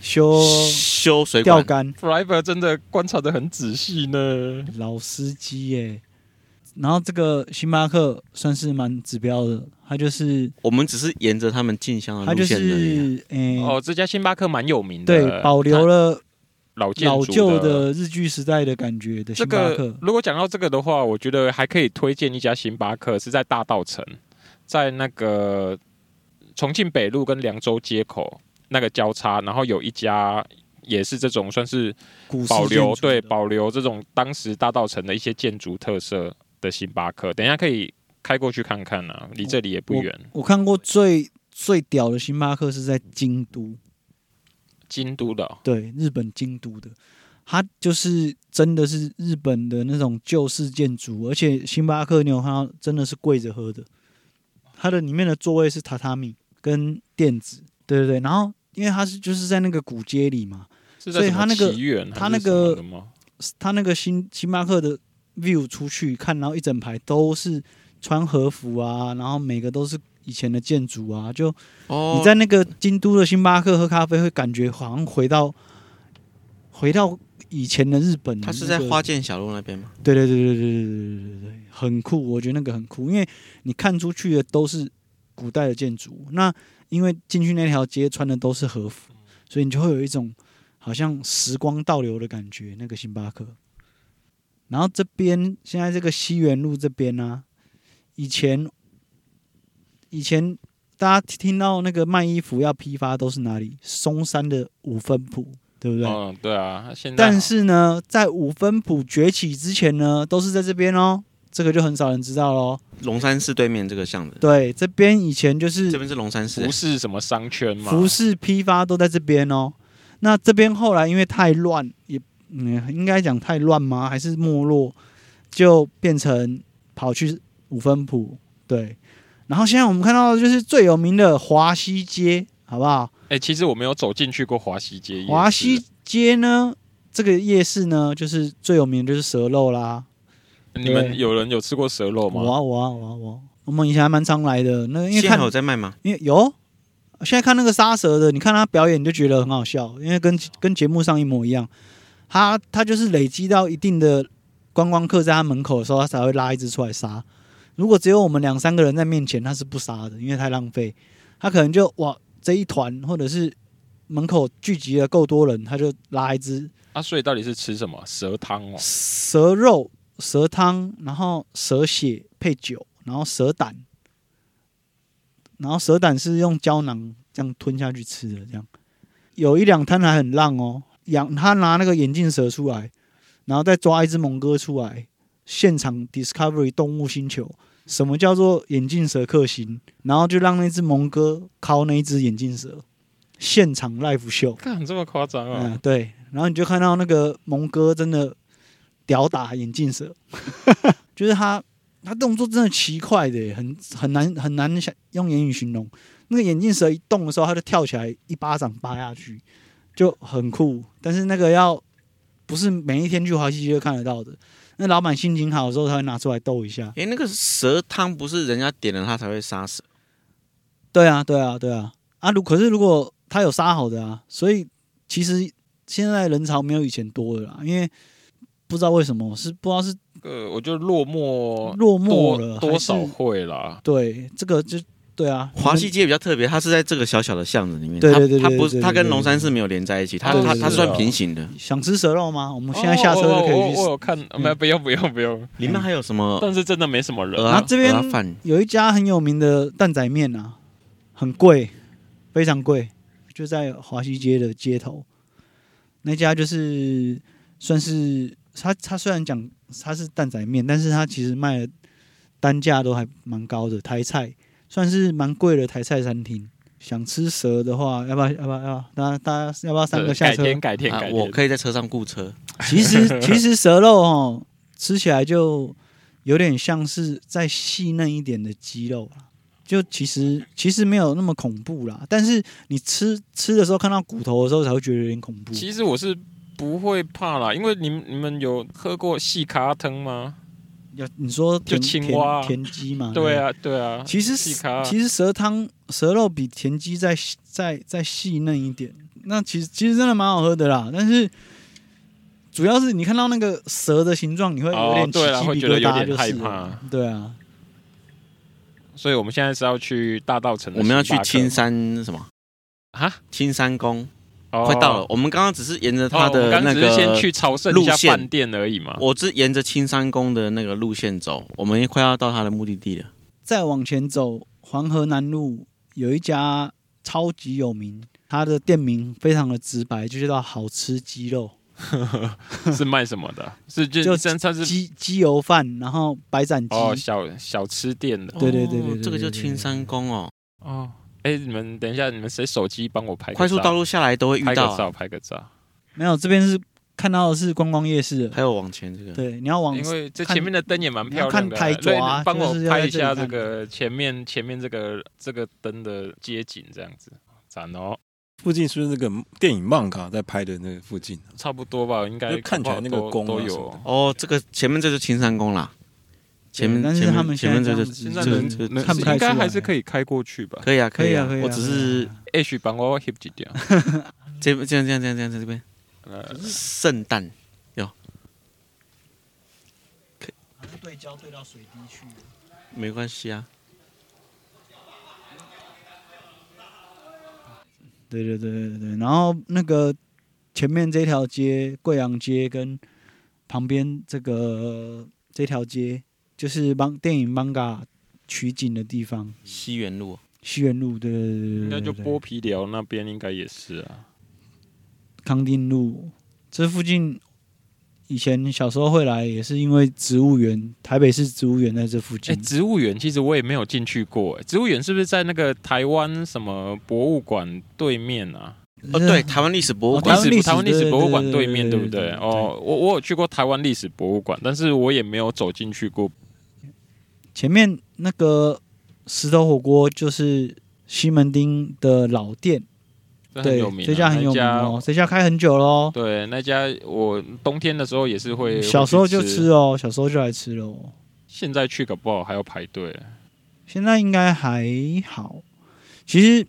Speaker 3: 修
Speaker 2: 修水
Speaker 3: 钓
Speaker 2: 管。
Speaker 3: 竿，
Speaker 1: Driver 真的观察的很仔细呢。
Speaker 3: 老司机耶。然后这个星巴克算是蛮指标的，它就是
Speaker 2: 我们只是沿着他们进香的
Speaker 3: 它
Speaker 2: 路
Speaker 3: 就
Speaker 2: 线而已啊。
Speaker 3: 是诶、
Speaker 1: 哦，这家星巴克蛮有名的，
Speaker 3: 嗯对，保留
Speaker 1: 它
Speaker 3: 了
Speaker 1: 老建
Speaker 3: 老
Speaker 1: 筑
Speaker 3: 旧
Speaker 1: 的。
Speaker 3: 的日剧时代的感觉
Speaker 1: 这
Speaker 3: 的星巴克。
Speaker 1: 个如果讲到这个的话，我觉得还可以推荐一家星巴克，是在大道城，在那个重庆北路跟凉州街口那个交叉，然后有一家也是这种算是
Speaker 3: 古
Speaker 1: 保留对
Speaker 3: 保
Speaker 1: 保留这种当时大道城的一些建筑特色的星巴克，等一下可以开过去看看啊，离这里也不远。
Speaker 3: 我看过最最屌的星巴克是在京都，
Speaker 1: 京都的哦、
Speaker 3: 对，日本京都的，它就是真的是日本的那种旧式建筑，而且星巴克你有看到真的是跪着喝的，它的里面的座位是榻榻米跟垫子，对对对，然后因为它是就是在那个古街里嘛，
Speaker 1: 是
Speaker 3: 所
Speaker 1: 在
Speaker 3: 以
Speaker 1: 什
Speaker 3: 它
Speaker 1: 么
Speaker 3: 那个
Speaker 1: 奇缘
Speaker 3: 它
Speaker 1: 还
Speaker 3: 那
Speaker 1: 是什么
Speaker 3: 个
Speaker 1: 的吗
Speaker 3: 它那个星星巴克的 view 出去看，然后一整排都是穿和服啊，然后每个都是以前的建筑啊，就
Speaker 2: 哦
Speaker 3: 你在那个京都的星巴克喝咖啡，会感觉好像回到回到以前的日本的
Speaker 2: 哦他是
Speaker 3: 那个、
Speaker 2: 在花见小路那边吗？
Speaker 3: 对对对对对对对对对对，很酷，我觉得那个很酷，因为你看出去的都是古代的建筑，那因为进去那条街穿的都是和服，所以你就会有一种好像时光倒流的感觉。那个星巴克，然后这边现啊在这个西园路这边呢、以前以前大家听到那个卖衣服要批发都是哪里？松山的五分铺，对不对？
Speaker 1: 嗯，对啊，现在
Speaker 3: 但是呢，在五分埔崛起之前呢，都是在这边哦，这个就很少人知道喽。
Speaker 2: 龙山寺对面这个巷子，
Speaker 3: 对，这边以前就
Speaker 2: 这
Speaker 3: 是
Speaker 2: 边是龙山寺
Speaker 1: 服，饰什么商圈嘛，
Speaker 3: 服饰批发都在这边哦。那这边后来因为太乱，也嗯，应该讲太乱吗？还是没落，就变成跑去五分埔。对，然后现在我们看到的就是最有名的华西街，好不好？
Speaker 1: 哎、其实我没有走进去过华西街夜市
Speaker 3: 华西，街呢，这个夜市呢，就是最有名的就是蛇肉啦，
Speaker 1: 你们
Speaker 3: 对
Speaker 1: 有人有吃过蛇肉
Speaker 3: 我
Speaker 1: 吗？
Speaker 3: 啊我啊我啊我啊，我们以前还蛮常来的。那个因为
Speaker 2: 现在
Speaker 3: 看
Speaker 2: 还有在卖吗？
Speaker 3: 因为有，现在看那个杀蛇的，你看他表演你就觉得很好笑，因为跟跟节目上一模一样。他他就是累积到一定的观光客在他门口的时候，他才会拉一只出来杀。如果只有我们两三个人在面前，他是不杀的，因为太浪费。他可能就哇这一团或者是门口聚集了够多人，他就拉一只
Speaker 1: 啊，所以到底是吃什么蛇汤 哦？
Speaker 3: 蛇肉、蛇汤，然后蛇血配酒，然后蛇胆，然后蛇胆是用胶囊这样吞下去吃的。这样有一两摊还很浪哦，养他拿那个眼镜蛇出来，然后再抓一只猛哥出来，现场 Discovery 动物星球。什么叫做眼镜蛇克星？然后就让那只蒙哥敲那一只眼镜蛇，现场 live 秀。
Speaker 1: 看这么夸张
Speaker 3: 嗯
Speaker 1: 啊，！
Speaker 3: 对。然后你就看到那个蒙哥真的屌打眼镜蛇，就是他他动作真的奇快的耶，很很难很难想用言语形容。那个眼镜蛇一动的时候，他就跳起来一巴掌扒下去，就很酷。但是那个要不是每一天去华西街就看得到的，那老板心情好的时候，他会拿出来逗一下。
Speaker 2: 哎，那个蛇汤不是人家点了它才会杀蛇，
Speaker 3: 对啊，对啊，对啊，啊，如可是如果他有杀好的啊，所以其实现在人潮没有以前多了啦，因为不知道为什么是不知道是
Speaker 1: 呃，我觉得落寞
Speaker 3: 落寞
Speaker 1: 多
Speaker 3: 了
Speaker 1: 多
Speaker 3: 还是
Speaker 1: 少会啦，
Speaker 3: 对这个就对啊，
Speaker 2: 华西街比较特别，它是在这个小小的巷子里面，
Speaker 3: 对
Speaker 2: 它
Speaker 3: 对对对
Speaker 2: 它不
Speaker 3: 对
Speaker 2: 是
Speaker 3: 对
Speaker 2: 它跟
Speaker 3: 对
Speaker 2: 龙山寺没有连在一起，它
Speaker 1: 对
Speaker 2: 它
Speaker 1: 对
Speaker 2: 它
Speaker 1: 对
Speaker 2: 算
Speaker 1: 对
Speaker 2: 平行的。
Speaker 3: 想吃蛇肉吗？我们现在下车就可
Speaker 1: 哦我
Speaker 3: 以
Speaker 1: 我我
Speaker 3: 去。嗯哦
Speaker 1: 有看，没不用不用不用，
Speaker 2: 里面还有什么
Speaker 1: 但是真的没什么人
Speaker 2: 鹅
Speaker 3: 然
Speaker 2: 啊
Speaker 3: 后这边
Speaker 2: 鹅啊
Speaker 1: 嗯
Speaker 2: 饭？
Speaker 3: 有一家很有名的蛋仔面啊，很贵，非常贵，就在华西街的街头。那家就是算是他，他虽然讲他是蛋仔面，但是他其实卖的单价都还蛮高的，台菜算是蛮贵的台菜餐厅。想吃蛇的话，要不要？要不要？要不要大家大家要不要三个
Speaker 1: 呃
Speaker 3: 下
Speaker 1: 改
Speaker 3: 车？
Speaker 1: 天改天
Speaker 2: 啊
Speaker 1: 改，天，
Speaker 2: 我可以在车上雇车，
Speaker 3: 其 实其实蛇肉哦，吃起来就有点像是再细嫩一点的鸡肉啦，就其实其实没有那么恐怖啦。但是你吃吃的时候看到骨头的时候才会觉得有点恐怖。
Speaker 1: 其实我是不会怕啦，因为你们你们有喝过细咖汤吗？
Speaker 3: 有你说
Speaker 1: 就
Speaker 3: 田
Speaker 1: 青蛙啊
Speaker 3: 田田鸡嘛？
Speaker 1: 对
Speaker 3: 不
Speaker 1: 啊，对啊
Speaker 3: 对。，其实
Speaker 1: 细咖
Speaker 3: 其实蛇汤蛇肉比田鸡再再再细嫩一点，那其实其实真的蛮好喝的啦。但是主要是你看到那个蛇的形状，你会有
Speaker 1: 哦，
Speaker 3: 点起
Speaker 1: 对了，
Speaker 3: 鸡
Speaker 1: 会
Speaker 3: 皮
Speaker 1: 觉得
Speaker 3: 疙
Speaker 1: 有
Speaker 3: 瘩，
Speaker 1: 点
Speaker 3: 就
Speaker 1: 害
Speaker 3: 是了
Speaker 1: 怕，
Speaker 3: 对啊。
Speaker 1: 所以我们现在是要去大道城的
Speaker 2: 我们要
Speaker 1: 星
Speaker 2: 去
Speaker 1: 巴克
Speaker 2: 青山什么
Speaker 1: 啊，
Speaker 2: 青山宫，
Speaker 1: 哦
Speaker 2: 快到了。我们刚刚只是沿着它
Speaker 1: 哦我们
Speaker 2: 的
Speaker 1: 刚刚
Speaker 2: 那
Speaker 1: 只是先
Speaker 2: 个
Speaker 1: 去朝圣
Speaker 2: 路
Speaker 1: 一下
Speaker 2: 线
Speaker 1: 饭店而已嘛。
Speaker 2: 我是沿着青山宫的那个路线走，我们也快要到它的目的地了。
Speaker 3: 再往前走，黄河南路有一家超级有名，它的店名非常的直白，就叫“好吃鸡肉
Speaker 1: 是卖什么 的？是就
Speaker 3: 就
Speaker 1: 真它”，是
Speaker 3: 鸡鸡油饭，然后白斩鸡。
Speaker 1: 哦小小吃店的
Speaker 3: 对对对对
Speaker 2: 哦
Speaker 3: 对对
Speaker 2: 这个就
Speaker 3: 对对
Speaker 2: 青山宫哦，
Speaker 1: 哦。哎，你们等一下，你们谁手机帮我拍个
Speaker 2: 快速
Speaker 1: 照
Speaker 2: 道路下来都会遇
Speaker 1: 拍
Speaker 2: 到
Speaker 1: 个
Speaker 2: 啊。
Speaker 1: 照，拍个照。
Speaker 3: 没有，这边是看到的是观光夜市的。
Speaker 2: 还有往前这个，
Speaker 3: 对，你要往
Speaker 1: 因为这
Speaker 3: 哦看
Speaker 1: 前面的灯也蛮漂亮
Speaker 3: 你
Speaker 1: 的，
Speaker 3: 要看台
Speaker 1: 所以
Speaker 3: 爪啊
Speaker 1: 你帮我
Speaker 3: 就是要
Speaker 1: 拍
Speaker 3: 在
Speaker 1: 一下这
Speaker 3: 这里看
Speaker 1: 个前面前面这个这个灯的街景，这样子，赞哦，
Speaker 4: 附近是不是那个电影《漫卡》在拍的那个附近？
Speaker 1: 差不多吧，应该
Speaker 4: 就看起来那个
Speaker 1: 搞不好
Speaker 4: 宫啊
Speaker 1: 都都
Speaker 4: 什么
Speaker 1: 有
Speaker 4: 的。
Speaker 2: 哦，这个前面这就是青山宫啦。前面，
Speaker 3: 但是
Speaker 2: 前面
Speaker 3: 他们
Speaker 2: 前面
Speaker 3: 现在
Speaker 2: 这就是
Speaker 3: 这样子
Speaker 1: 现在
Speaker 2: 这个
Speaker 1: 能
Speaker 2: 这个
Speaker 1: 能
Speaker 3: 看不太
Speaker 1: 应该
Speaker 3: 出来
Speaker 1: 还是可以开过去吧
Speaker 2: 可以啊，
Speaker 3: 可以
Speaker 2: 啊
Speaker 3: 啊，可以啊
Speaker 2: 我只是
Speaker 1: ？H 帮我 hip 几点？
Speaker 2: 这边这样这样这样这样在这边
Speaker 1: 呃，
Speaker 2: 圣诞
Speaker 3: 对焦对到水滴去。
Speaker 2: 没关系啊，
Speaker 3: 对对对对对，然后那个前面这条街贵阳街跟旁边这个这条街就是帮电影《Manga》取景的地方。
Speaker 2: 西园路
Speaker 3: 西园路，对对对对对，哎
Speaker 1: 应该就
Speaker 3: 对
Speaker 1: 剥皮寮那边应该也是啊。
Speaker 3: 康定路这附近，以前小时候会来，也是因为植物园，台北市植物园在这附
Speaker 1: 哎、
Speaker 3: 近。
Speaker 1: 植物园其实我也没有进去过、哎植物园是不是在那个台湾什么博物馆对面啊？
Speaker 2: 哦，对，台湾历史博物
Speaker 3: 嗯哦
Speaker 1: 台
Speaker 2: 馆
Speaker 3: 湾
Speaker 1: 湾
Speaker 3: 历
Speaker 1: 历
Speaker 3: 史
Speaker 1: 史台湾历史博物馆
Speaker 3: 对对
Speaker 1: 对面，
Speaker 3: 对
Speaker 1: 对不
Speaker 3: 对
Speaker 1: 对
Speaker 3: 对？
Speaker 1: 哦，我我有去过台湾历史博物馆，但是我也没有走进去过。
Speaker 3: 前面那个石头火锅就是西门町的老店，
Speaker 1: 这很
Speaker 3: 对
Speaker 1: 有名、啊，，
Speaker 3: 这家很有名哦，这家开很久喽
Speaker 1: 那家。对，那家我冬天的时候也是会，
Speaker 3: 小时候就
Speaker 1: 会去
Speaker 3: 吃
Speaker 1: 吃，
Speaker 3: 哦，小时候就来吃喽。
Speaker 1: 现在去搞不好还要排队。
Speaker 3: 现在应该还好。其实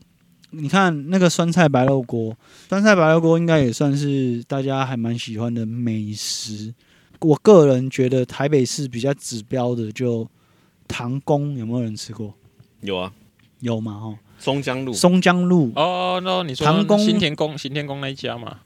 Speaker 3: 你看那个酸菜白肉锅，酸菜白肉锅应该也算是大家还蛮喜欢的美食。我个人觉得台北市比较指标的就唐宫，有没有人吃过？
Speaker 2: 有啊，
Speaker 3: 有嘛？哈，
Speaker 2: 松江路
Speaker 3: 松江路，
Speaker 1: 哦，那你说
Speaker 3: 唐宫
Speaker 1: 新田宫、行天宫那一家嘛？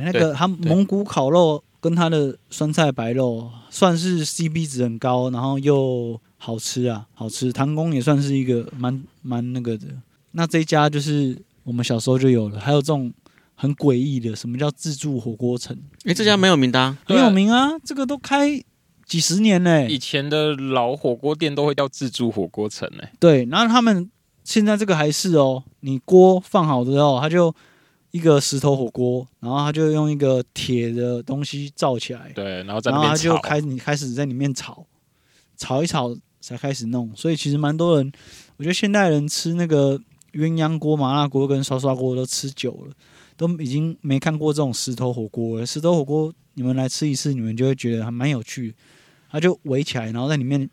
Speaker 2: 对
Speaker 3: 那个它蒙古烤肉跟它的酸菜白肉算是 CP 值很高，然后又好吃啊，好吃。唐宫也算是一个蛮蛮那个的。那这一家就是我们小时候就有了，还有这种很诡异的，什么叫自助火锅城，
Speaker 2: 哎，这家没有名单啊，
Speaker 3: 很
Speaker 1: 对
Speaker 3: 有名啊，这个都开几十年嘞、
Speaker 1: 啊以前的老火锅店都会叫自助火锅城哎诶、
Speaker 3: 对，然后他们现在这个还是哦，你锅放好之后，它就一个石头火锅，然后它就用一个铁的东西罩起来。
Speaker 1: 对，然后在
Speaker 3: 然
Speaker 1: 那
Speaker 3: 后他
Speaker 1: 边
Speaker 3: 就
Speaker 1: 炒。
Speaker 3: 开你开始在里面炒，炒一炒才开始弄，所以其实蛮多人，我觉得现代人吃那个鸳鸯锅、麻辣锅跟刷刷锅都吃久了，都已经没看过这种石头火锅了。石头火锅你们来吃一次，你们就会觉得还蛮有趣的。他就围起来，然后在里面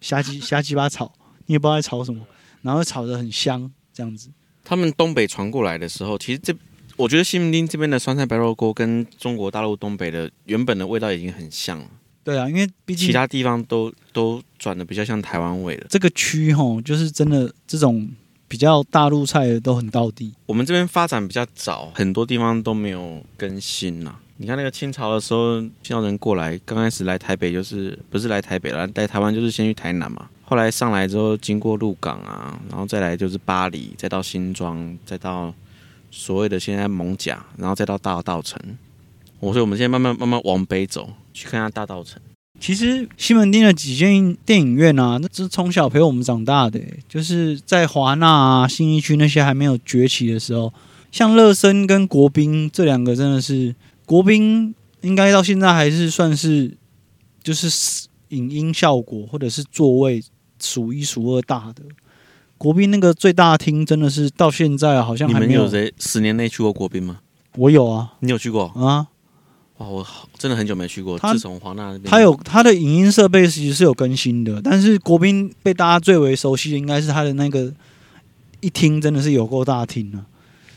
Speaker 3: 瞎鸡瞎鸡巴炒，你也不知道在炒什么，然后炒的很香，这样子。
Speaker 2: 他们东北传过来的时候，其实这我觉得西门町这边的酸菜白肉锅跟中国大陆东北的原本的味道已经很像了，
Speaker 3: 对啊，因为毕竟
Speaker 2: 其他地方都都转的比较像台湾味了。
Speaker 3: 这个区吼，就是真的这种比较大陆菜的都很到地。
Speaker 2: 我们这边发展比较早，很多地方都没有更新呐、你看那个清朝的时候，清朝人过来，刚开始来台北就是不是来台北啦，来台湾就是先去台南嘛。后来上来之后，经过鹿港啊，然后再来就是巴黎，再到新庄，再到所谓的现在蒙甲，然后再到大道城。我说我们现在慢慢慢慢往北走，去看下大道城。
Speaker 3: 其实西门町的几间电影院啊，那是从小陪我们长大的欸、就是在华纳啊、新一区那些还没有崛起的时候，像乐森跟国宾这两个真的是，国宾应该到现在还是算是就是影音效果或者是座位数一数二大的。国宾那个最大厅真的是到现在好像
Speaker 2: 你
Speaker 3: 还
Speaker 2: 们
Speaker 3: 没
Speaker 2: 有谁十年内去过国宾吗？
Speaker 3: 我有啊
Speaker 2: 你有去过？
Speaker 3: 啊，
Speaker 2: 哇，我好真的很久没去过。
Speaker 3: 他
Speaker 2: 自从黄娜那边，
Speaker 3: 它有它的影音设备其实是有更新的，但是国宾被大家最为熟悉的应该是它的那个一厅真的是有够大厅啊，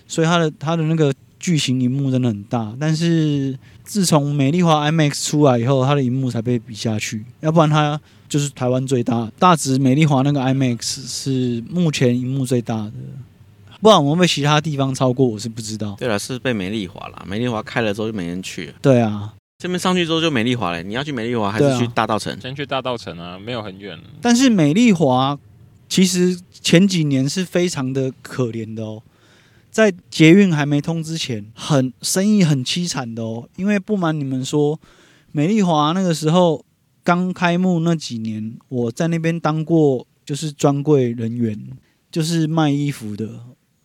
Speaker 3: 所以它的它的那个巨型荧幕真的很大。但是自从美丽华 IMAX 出来以后，它的荧幕才被比下去，要不然它就是台湾最大。大直美丽华那个 IMAX 是目前荧幕最大的，不然我们被其他地方超过，我是不知道。
Speaker 2: 对了，是被美丽华啦，美丽华开了之后就没人去了。
Speaker 3: 对啊，
Speaker 2: 这边上去之后就美丽华了，你要去美丽华还
Speaker 3: 对
Speaker 2: 是
Speaker 3: 啊
Speaker 2: 去大道城？
Speaker 1: 先去大道城啊，没有很远。
Speaker 3: 但是美丽华其实前几年是非常的可怜的哦，在捷运还没通之前，很生意很凄惨的哦。因为不瞒你们说，美丽华那个时候刚开幕那几年，我在那边当过就是专柜人员，就是卖衣服的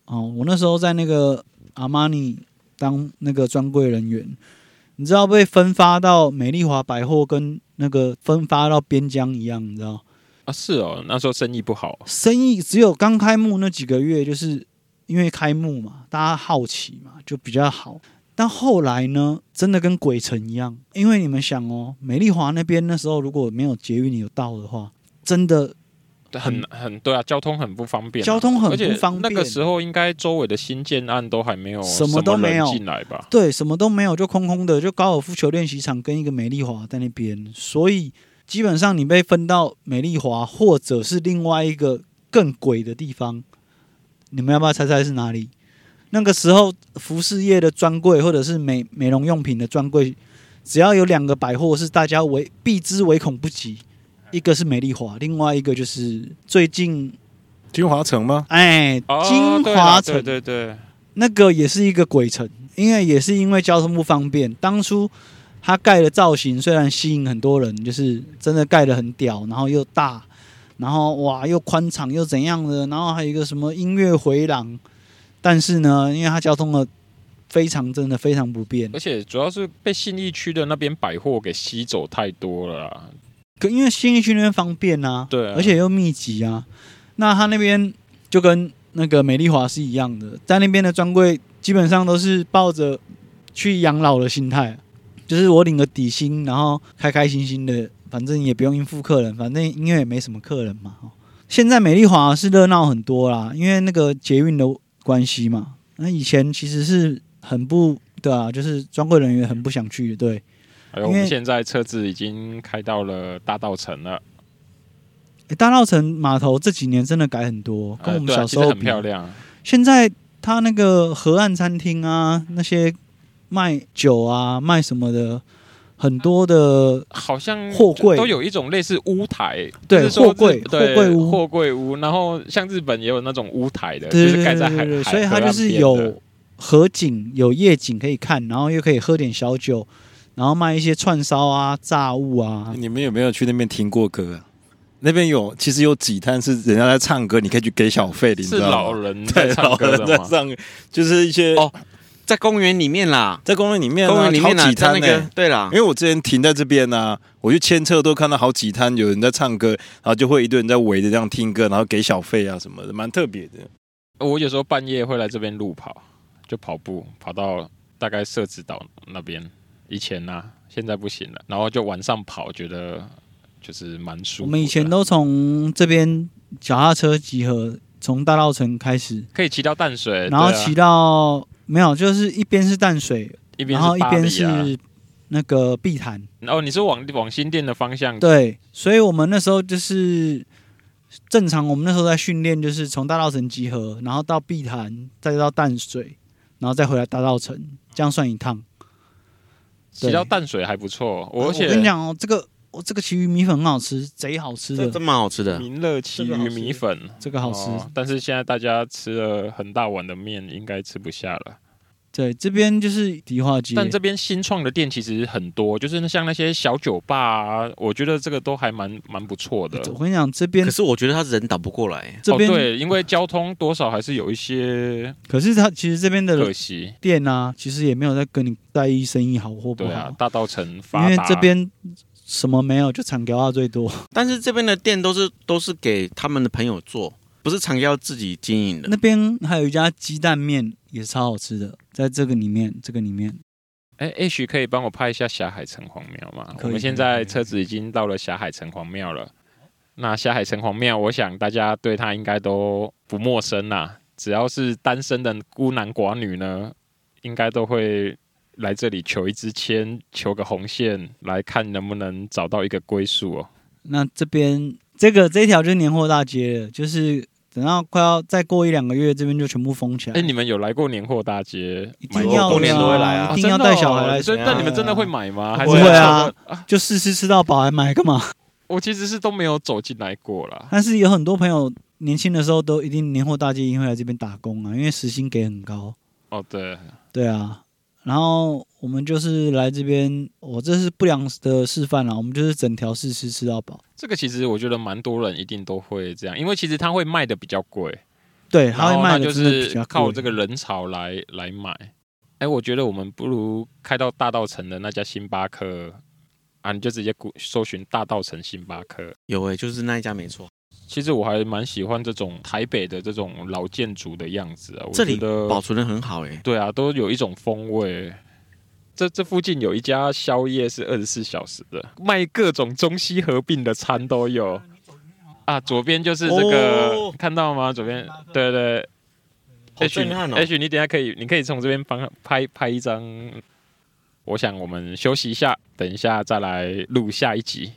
Speaker 3: 哦。我那时候在那个阿玛尼当那个专柜人员，你知道被分发到美丽华百货跟那个分发到边疆一样，你知道。
Speaker 1: 啊，是哦，那时候生意不好，
Speaker 3: 生意只有刚开幕那几个月，就是因为开幕嘛，大家好奇嘛，就比较好。但后来呢，真的跟鬼城一样，因为你们想哦，美丽华那边那时候如果没有捷运有到的话，真的
Speaker 1: 很很对啊，交通很不方便啊、
Speaker 3: 嗯交通很
Speaker 1: 而且
Speaker 3: 不方
Speaker 1: 那
Speaker 3: 便。
Speaker 1: 个时候应该周围的新建案都还没有
Speaker 3: 什么
Speaker 1: 么
Speaker 3: 都没有
Speaker 1: 人进来吧？
Speaker 3: 对，什么都没有，就空空的，就高尔夫球练习场跟一个美丽华在那边，所以基本上你被分到美丽华或者是另外一个更鬼的地方，你们要不要猜猜是哪里？那个时候服饰业的专柜或者是美美容用品的专柜，只要有两个百货是大家唯避之唯恐不及，一个是美丽华，另外一个就是最近
Speaker 4: 金华城吗？
Speaker 3: 哎，
Speaker 1: 哦
Speaker 3: 金
Speaker 1: 对
Speaker 3: 华
Speaker 1: 啦
Speaker 3: 城、
Speaker 1: 对对对，
Speaker 3: 那个也是一个鬼城，因为也是因为交通不方便，当初它盖的造型虽然吸引很多人，就是真的盖的很屌，然后又大，然后哇又宽敞又怎样的，然后还有一个什么音乐回廊，但是呢，因为它交通的非常真的非常不便
Speaker 1: 而，且主要是被信义区的那边百货给吸走太多了啦。
Speaker 3: 可因为新义区那边方便啊，
Speaker 1: 对啊
Speaker 3: 而且又密集啊。那他那边就跟那个美丽华是一样的，在那边的专柜基本上都是抱着去养老的心态，就是我领个底薪，然后开开心心的，反正也不用应付客人，反正因为也没什么客人嘛。哦现在美丽华是热闹很多啦，因为那个捷运的关系嘛。那以前其实是很不对啊，就是专柜人员很不想去的，对。
Speaker 1: 还有
Speaker 3: 因
Speaker 1: 我
Speaker 3: 为
Speaker 1: 们现在车子已经开到了大道城了，
Speaker 3: 欸大稻城码头这几年真的改很多，
Speaker 1: 呃
Speaker 3: 跟我们
Speaker 1: 对啊
Speaker 3: 小
Speaker 1: 其
Speaker 3: 时
Speaker 1: 实
Speaker 3: 候
Speaker 1: 很
Speaker 3: 比。
Speaker 1: 漂亮。
Speaker 3: 现在它那个河岸餐厅啊，那些卖酒啊、卖什么的，很多的
Speaker 1: 好像
Speaker 3: 货柜
Speaker 1: 都有一种类似屋台，
Speaker 3: 对
Speaker 1: 就是说
Speaker 3: 货柜
Speaker 1: 日对
Speaker 3: 货柜屋
Speaker 1: 货柜屋。然后像日本也有那种屋台的，
Speaker 3: 对
Speaker 1: 就
Speaker 3: 对
Speaker 1: 是盖
Speaker 3: 对
Speaker 1: 在
Speaker 3: 对
Speaker 1: 海
Speaker 3: 对，对
Speaker 1: 海，
Speaker 3: 所以它
Speaker 1: 河
Speaker 3: 就
Speaker 1: 岸
Speaker 3: 是
Speaker 1: 边的
Speaker 3: 有河景、有夜景可以看，然后又可以喝点小酒，然后卖一些串烧啊、炸物啊。
Speaker 4: 你们有没有去那边听过歌啊？那边有，其实有几摊是人家在唱歌，你可以去给小费的，你
Speaker 1: 是
Speaker 4: 知道
Speaker 1: 老
Speaker 4: 吗
Speaker 1: 人在
Speaker 4: 对
Speaker 1: 唱
Speaker 4: 老
Speaker 1: 歌
Speaker 4: 人
Speaker 1: 的
Speaker 4: 在
Speaker 1: 吗？
Speaker 4: 唱歌，就是一些
Speaker 2: 哦在公园里面啦，
Speaker 4: 在公园里面啊，
Speaker 2: 公园里面
Speaker 4: 好
Speaker 2: 啦，
Speaker 4: 几
Speaker 2: 在那
Speaker 4: 摊
Speaker 2: 个
Speaker 4: 呢。
Speaker 2: 对啦
Speaker 4: 因，为我之前停在这边呢、我去牵车都看到好几摊有人在唱歌，然后就会一堆人在围着这样听歌，然后给小费啊什么的，蛮特别的。
Speaker 1: 我有时候半夜会来这边路跑，就跑步跑到大概社子岛那边。以前啊，现在不行了。然后就晚上跑，觉得就是蛮舒服的。
Speaker 3: 我们以前都从这边脚踏车集合，从大稻城开始，
Speaker 1: 可以骑到淡水，
Speaker 3: 然后
Speaker 1: 对啊
Speaker 3: 骑到没有，就是一边是淡水，
Speaker 1: 一边
Speaker 3: 然
Speaker 1: 是
Speaker 3: 后一
Speaker 1: 巴
Speaker 3: 边
Speaker 1: 黎啊
Speaker 3: 是那个碧潭，
Speaker 1: 然后你是往往新店的方向，
Speaker 3: 对，所以我们那时候就是正常，我们那时候在训练，就是从大稻城集合，然后到碧潭，再到淡水，然后再回来大稻城，这样算一趟。
Speaker 1: 骑到淡水还不错。我而且
Speaker 3: 呃我跟你讲哦，这个我这个旗鱼米粉很好吃，贼好吃
Speaker 2: 这这
Speaker 3: 的，
Speaker 2: 蛮好吃的。
Speaker 1: 民乐奇鱼米粉
Speaker 3: 这个好吃。
Speaker 1: 哦但是现在大家吃了很大碗的面，应该吃不下了。
Speaker 3: 对，这边就是迪化街，
Speaker 1: 但这边新创的店其实很多，就是那像那些小酒吧啊，我觉得这个都还蛮蛮不错的。
Speaker 3: 我跟你讲，这边
Speaker 2: 可是我觉得他人打不过来，欸
Speaker 3: 这边、
Speaker 1: 哦、对，因为交通多少还是有一些
Speaker 3: 可是它其实这边
Speaker 1: 可
Speaker 3: 的
Speaker 1: 惜。
Speaker 3: 店啊，其实也没有在跟你在意生意好或不
Speaker 1: 对
Speaker 3: 哦好，
Speaker 1: 啊，大道城发
Speaker 3: 因
Speaker 1: 达，
Speaker 3: 为这边什么没有，就产给啊最多。
Speaker 2: 但是这边的店都是都是给他们的朋友做，不是常要自己经营的
Speaker 3: 那。边还有一家鸡蛋面也是超好吃的，在这个里面，这个里面
Speaker 1: 哎，H 可以帮我拍一下霞海城隍庙吗？
Speaker 3: 可以
Speaker 1: 我们现在车子已经到了霞海城隍庙了。那霞海城隍庙，我想大家对它应该都不陌生啦、只要是单身的孤男寡女呢，应该都会来这里求一支签，求个红线，来看能不能找到一个归宿哦。
Speaker 3: 那这边这个这一条就是年货大街了，就是等到快要再过一两个月，这边就全部封起来。
Speaker 1: 哎，你们有来过年货大街？
Speaker 3: 一
Speaker 1: 买
Speaker 3: 定
Speaker 1: 过
Speaker 3: 要的啊
Speaker 2: 过年都会来啊
Speaker 3: 一定要带小孩来
Speaker 1: 哦真
Speaker 3: 吃
Speaker 1: 的
Speaker 3: 啊。
Speaker 1: 哦那你们真的会买吗？还是
Speaker 3: 不会啊
Speaker 1: 要凑个？
Speaker 3: 就试吃吃到饱，还买干嘛？
Speaker 1: 我其实是都没有走进来过啦。
Speaker 3: 但是有很多朋友年轻的时候都一定年货大街一定会来这边打工啊，因为时薪给很高。
Speaker 1: 哦，对，
Speaker 3: 对啊，然后我们就是来这边，我这是不良的示范啦，我们就是整条试吃吃到饱。
Speaker 1: 这个其实我觉得蛮多人一定都会这样，因为其实它会卖的比较贵，
Speaker 3: 对，
Speaker 1: 然
Speaker 3: 他
Speaker 1: 后
Speaker 3: 会
Speaker 1: 那
Speaker 3: 卖
Speaker 1: 就
Speaker 3: 的真的比
Speaker 1: 是
Speaker 3: 较
Speaker 1: 靠
Speaker 3: 贵
Speaker 1: 这个人潮来来买。哎，我觉得我们不如开到大道城的那家星巴克啊，你就直接谷搜寻大道城星巴克。
Speaker 2: 有诶、就是那一家没错。
Speaker 1: 其实我还蛮喜欢这种台北的这种老建筑的样子啊，我
Speaker 2: 这
Speaker 1: 觉
Speaker 2: 里保
Speaker 1: 得
Speaker 2: 存的很好欸诶、
Speaker 1: 对啊，都有一种风味。这这附近有一家宵夜是二十四小时的，卖各种中西合并的餐都有。啊，左边就是这个，
Speaker 2: 哦
Speaker 1: 看到吗？左边，对对
Speaker 2: 好
Speaker 1: H
Speaker 2: 震撼哦
Speaker 1: H，你等一下可以，你可以从这边帮拍拍一张。我想我们休息一下，等一下再来录下一集。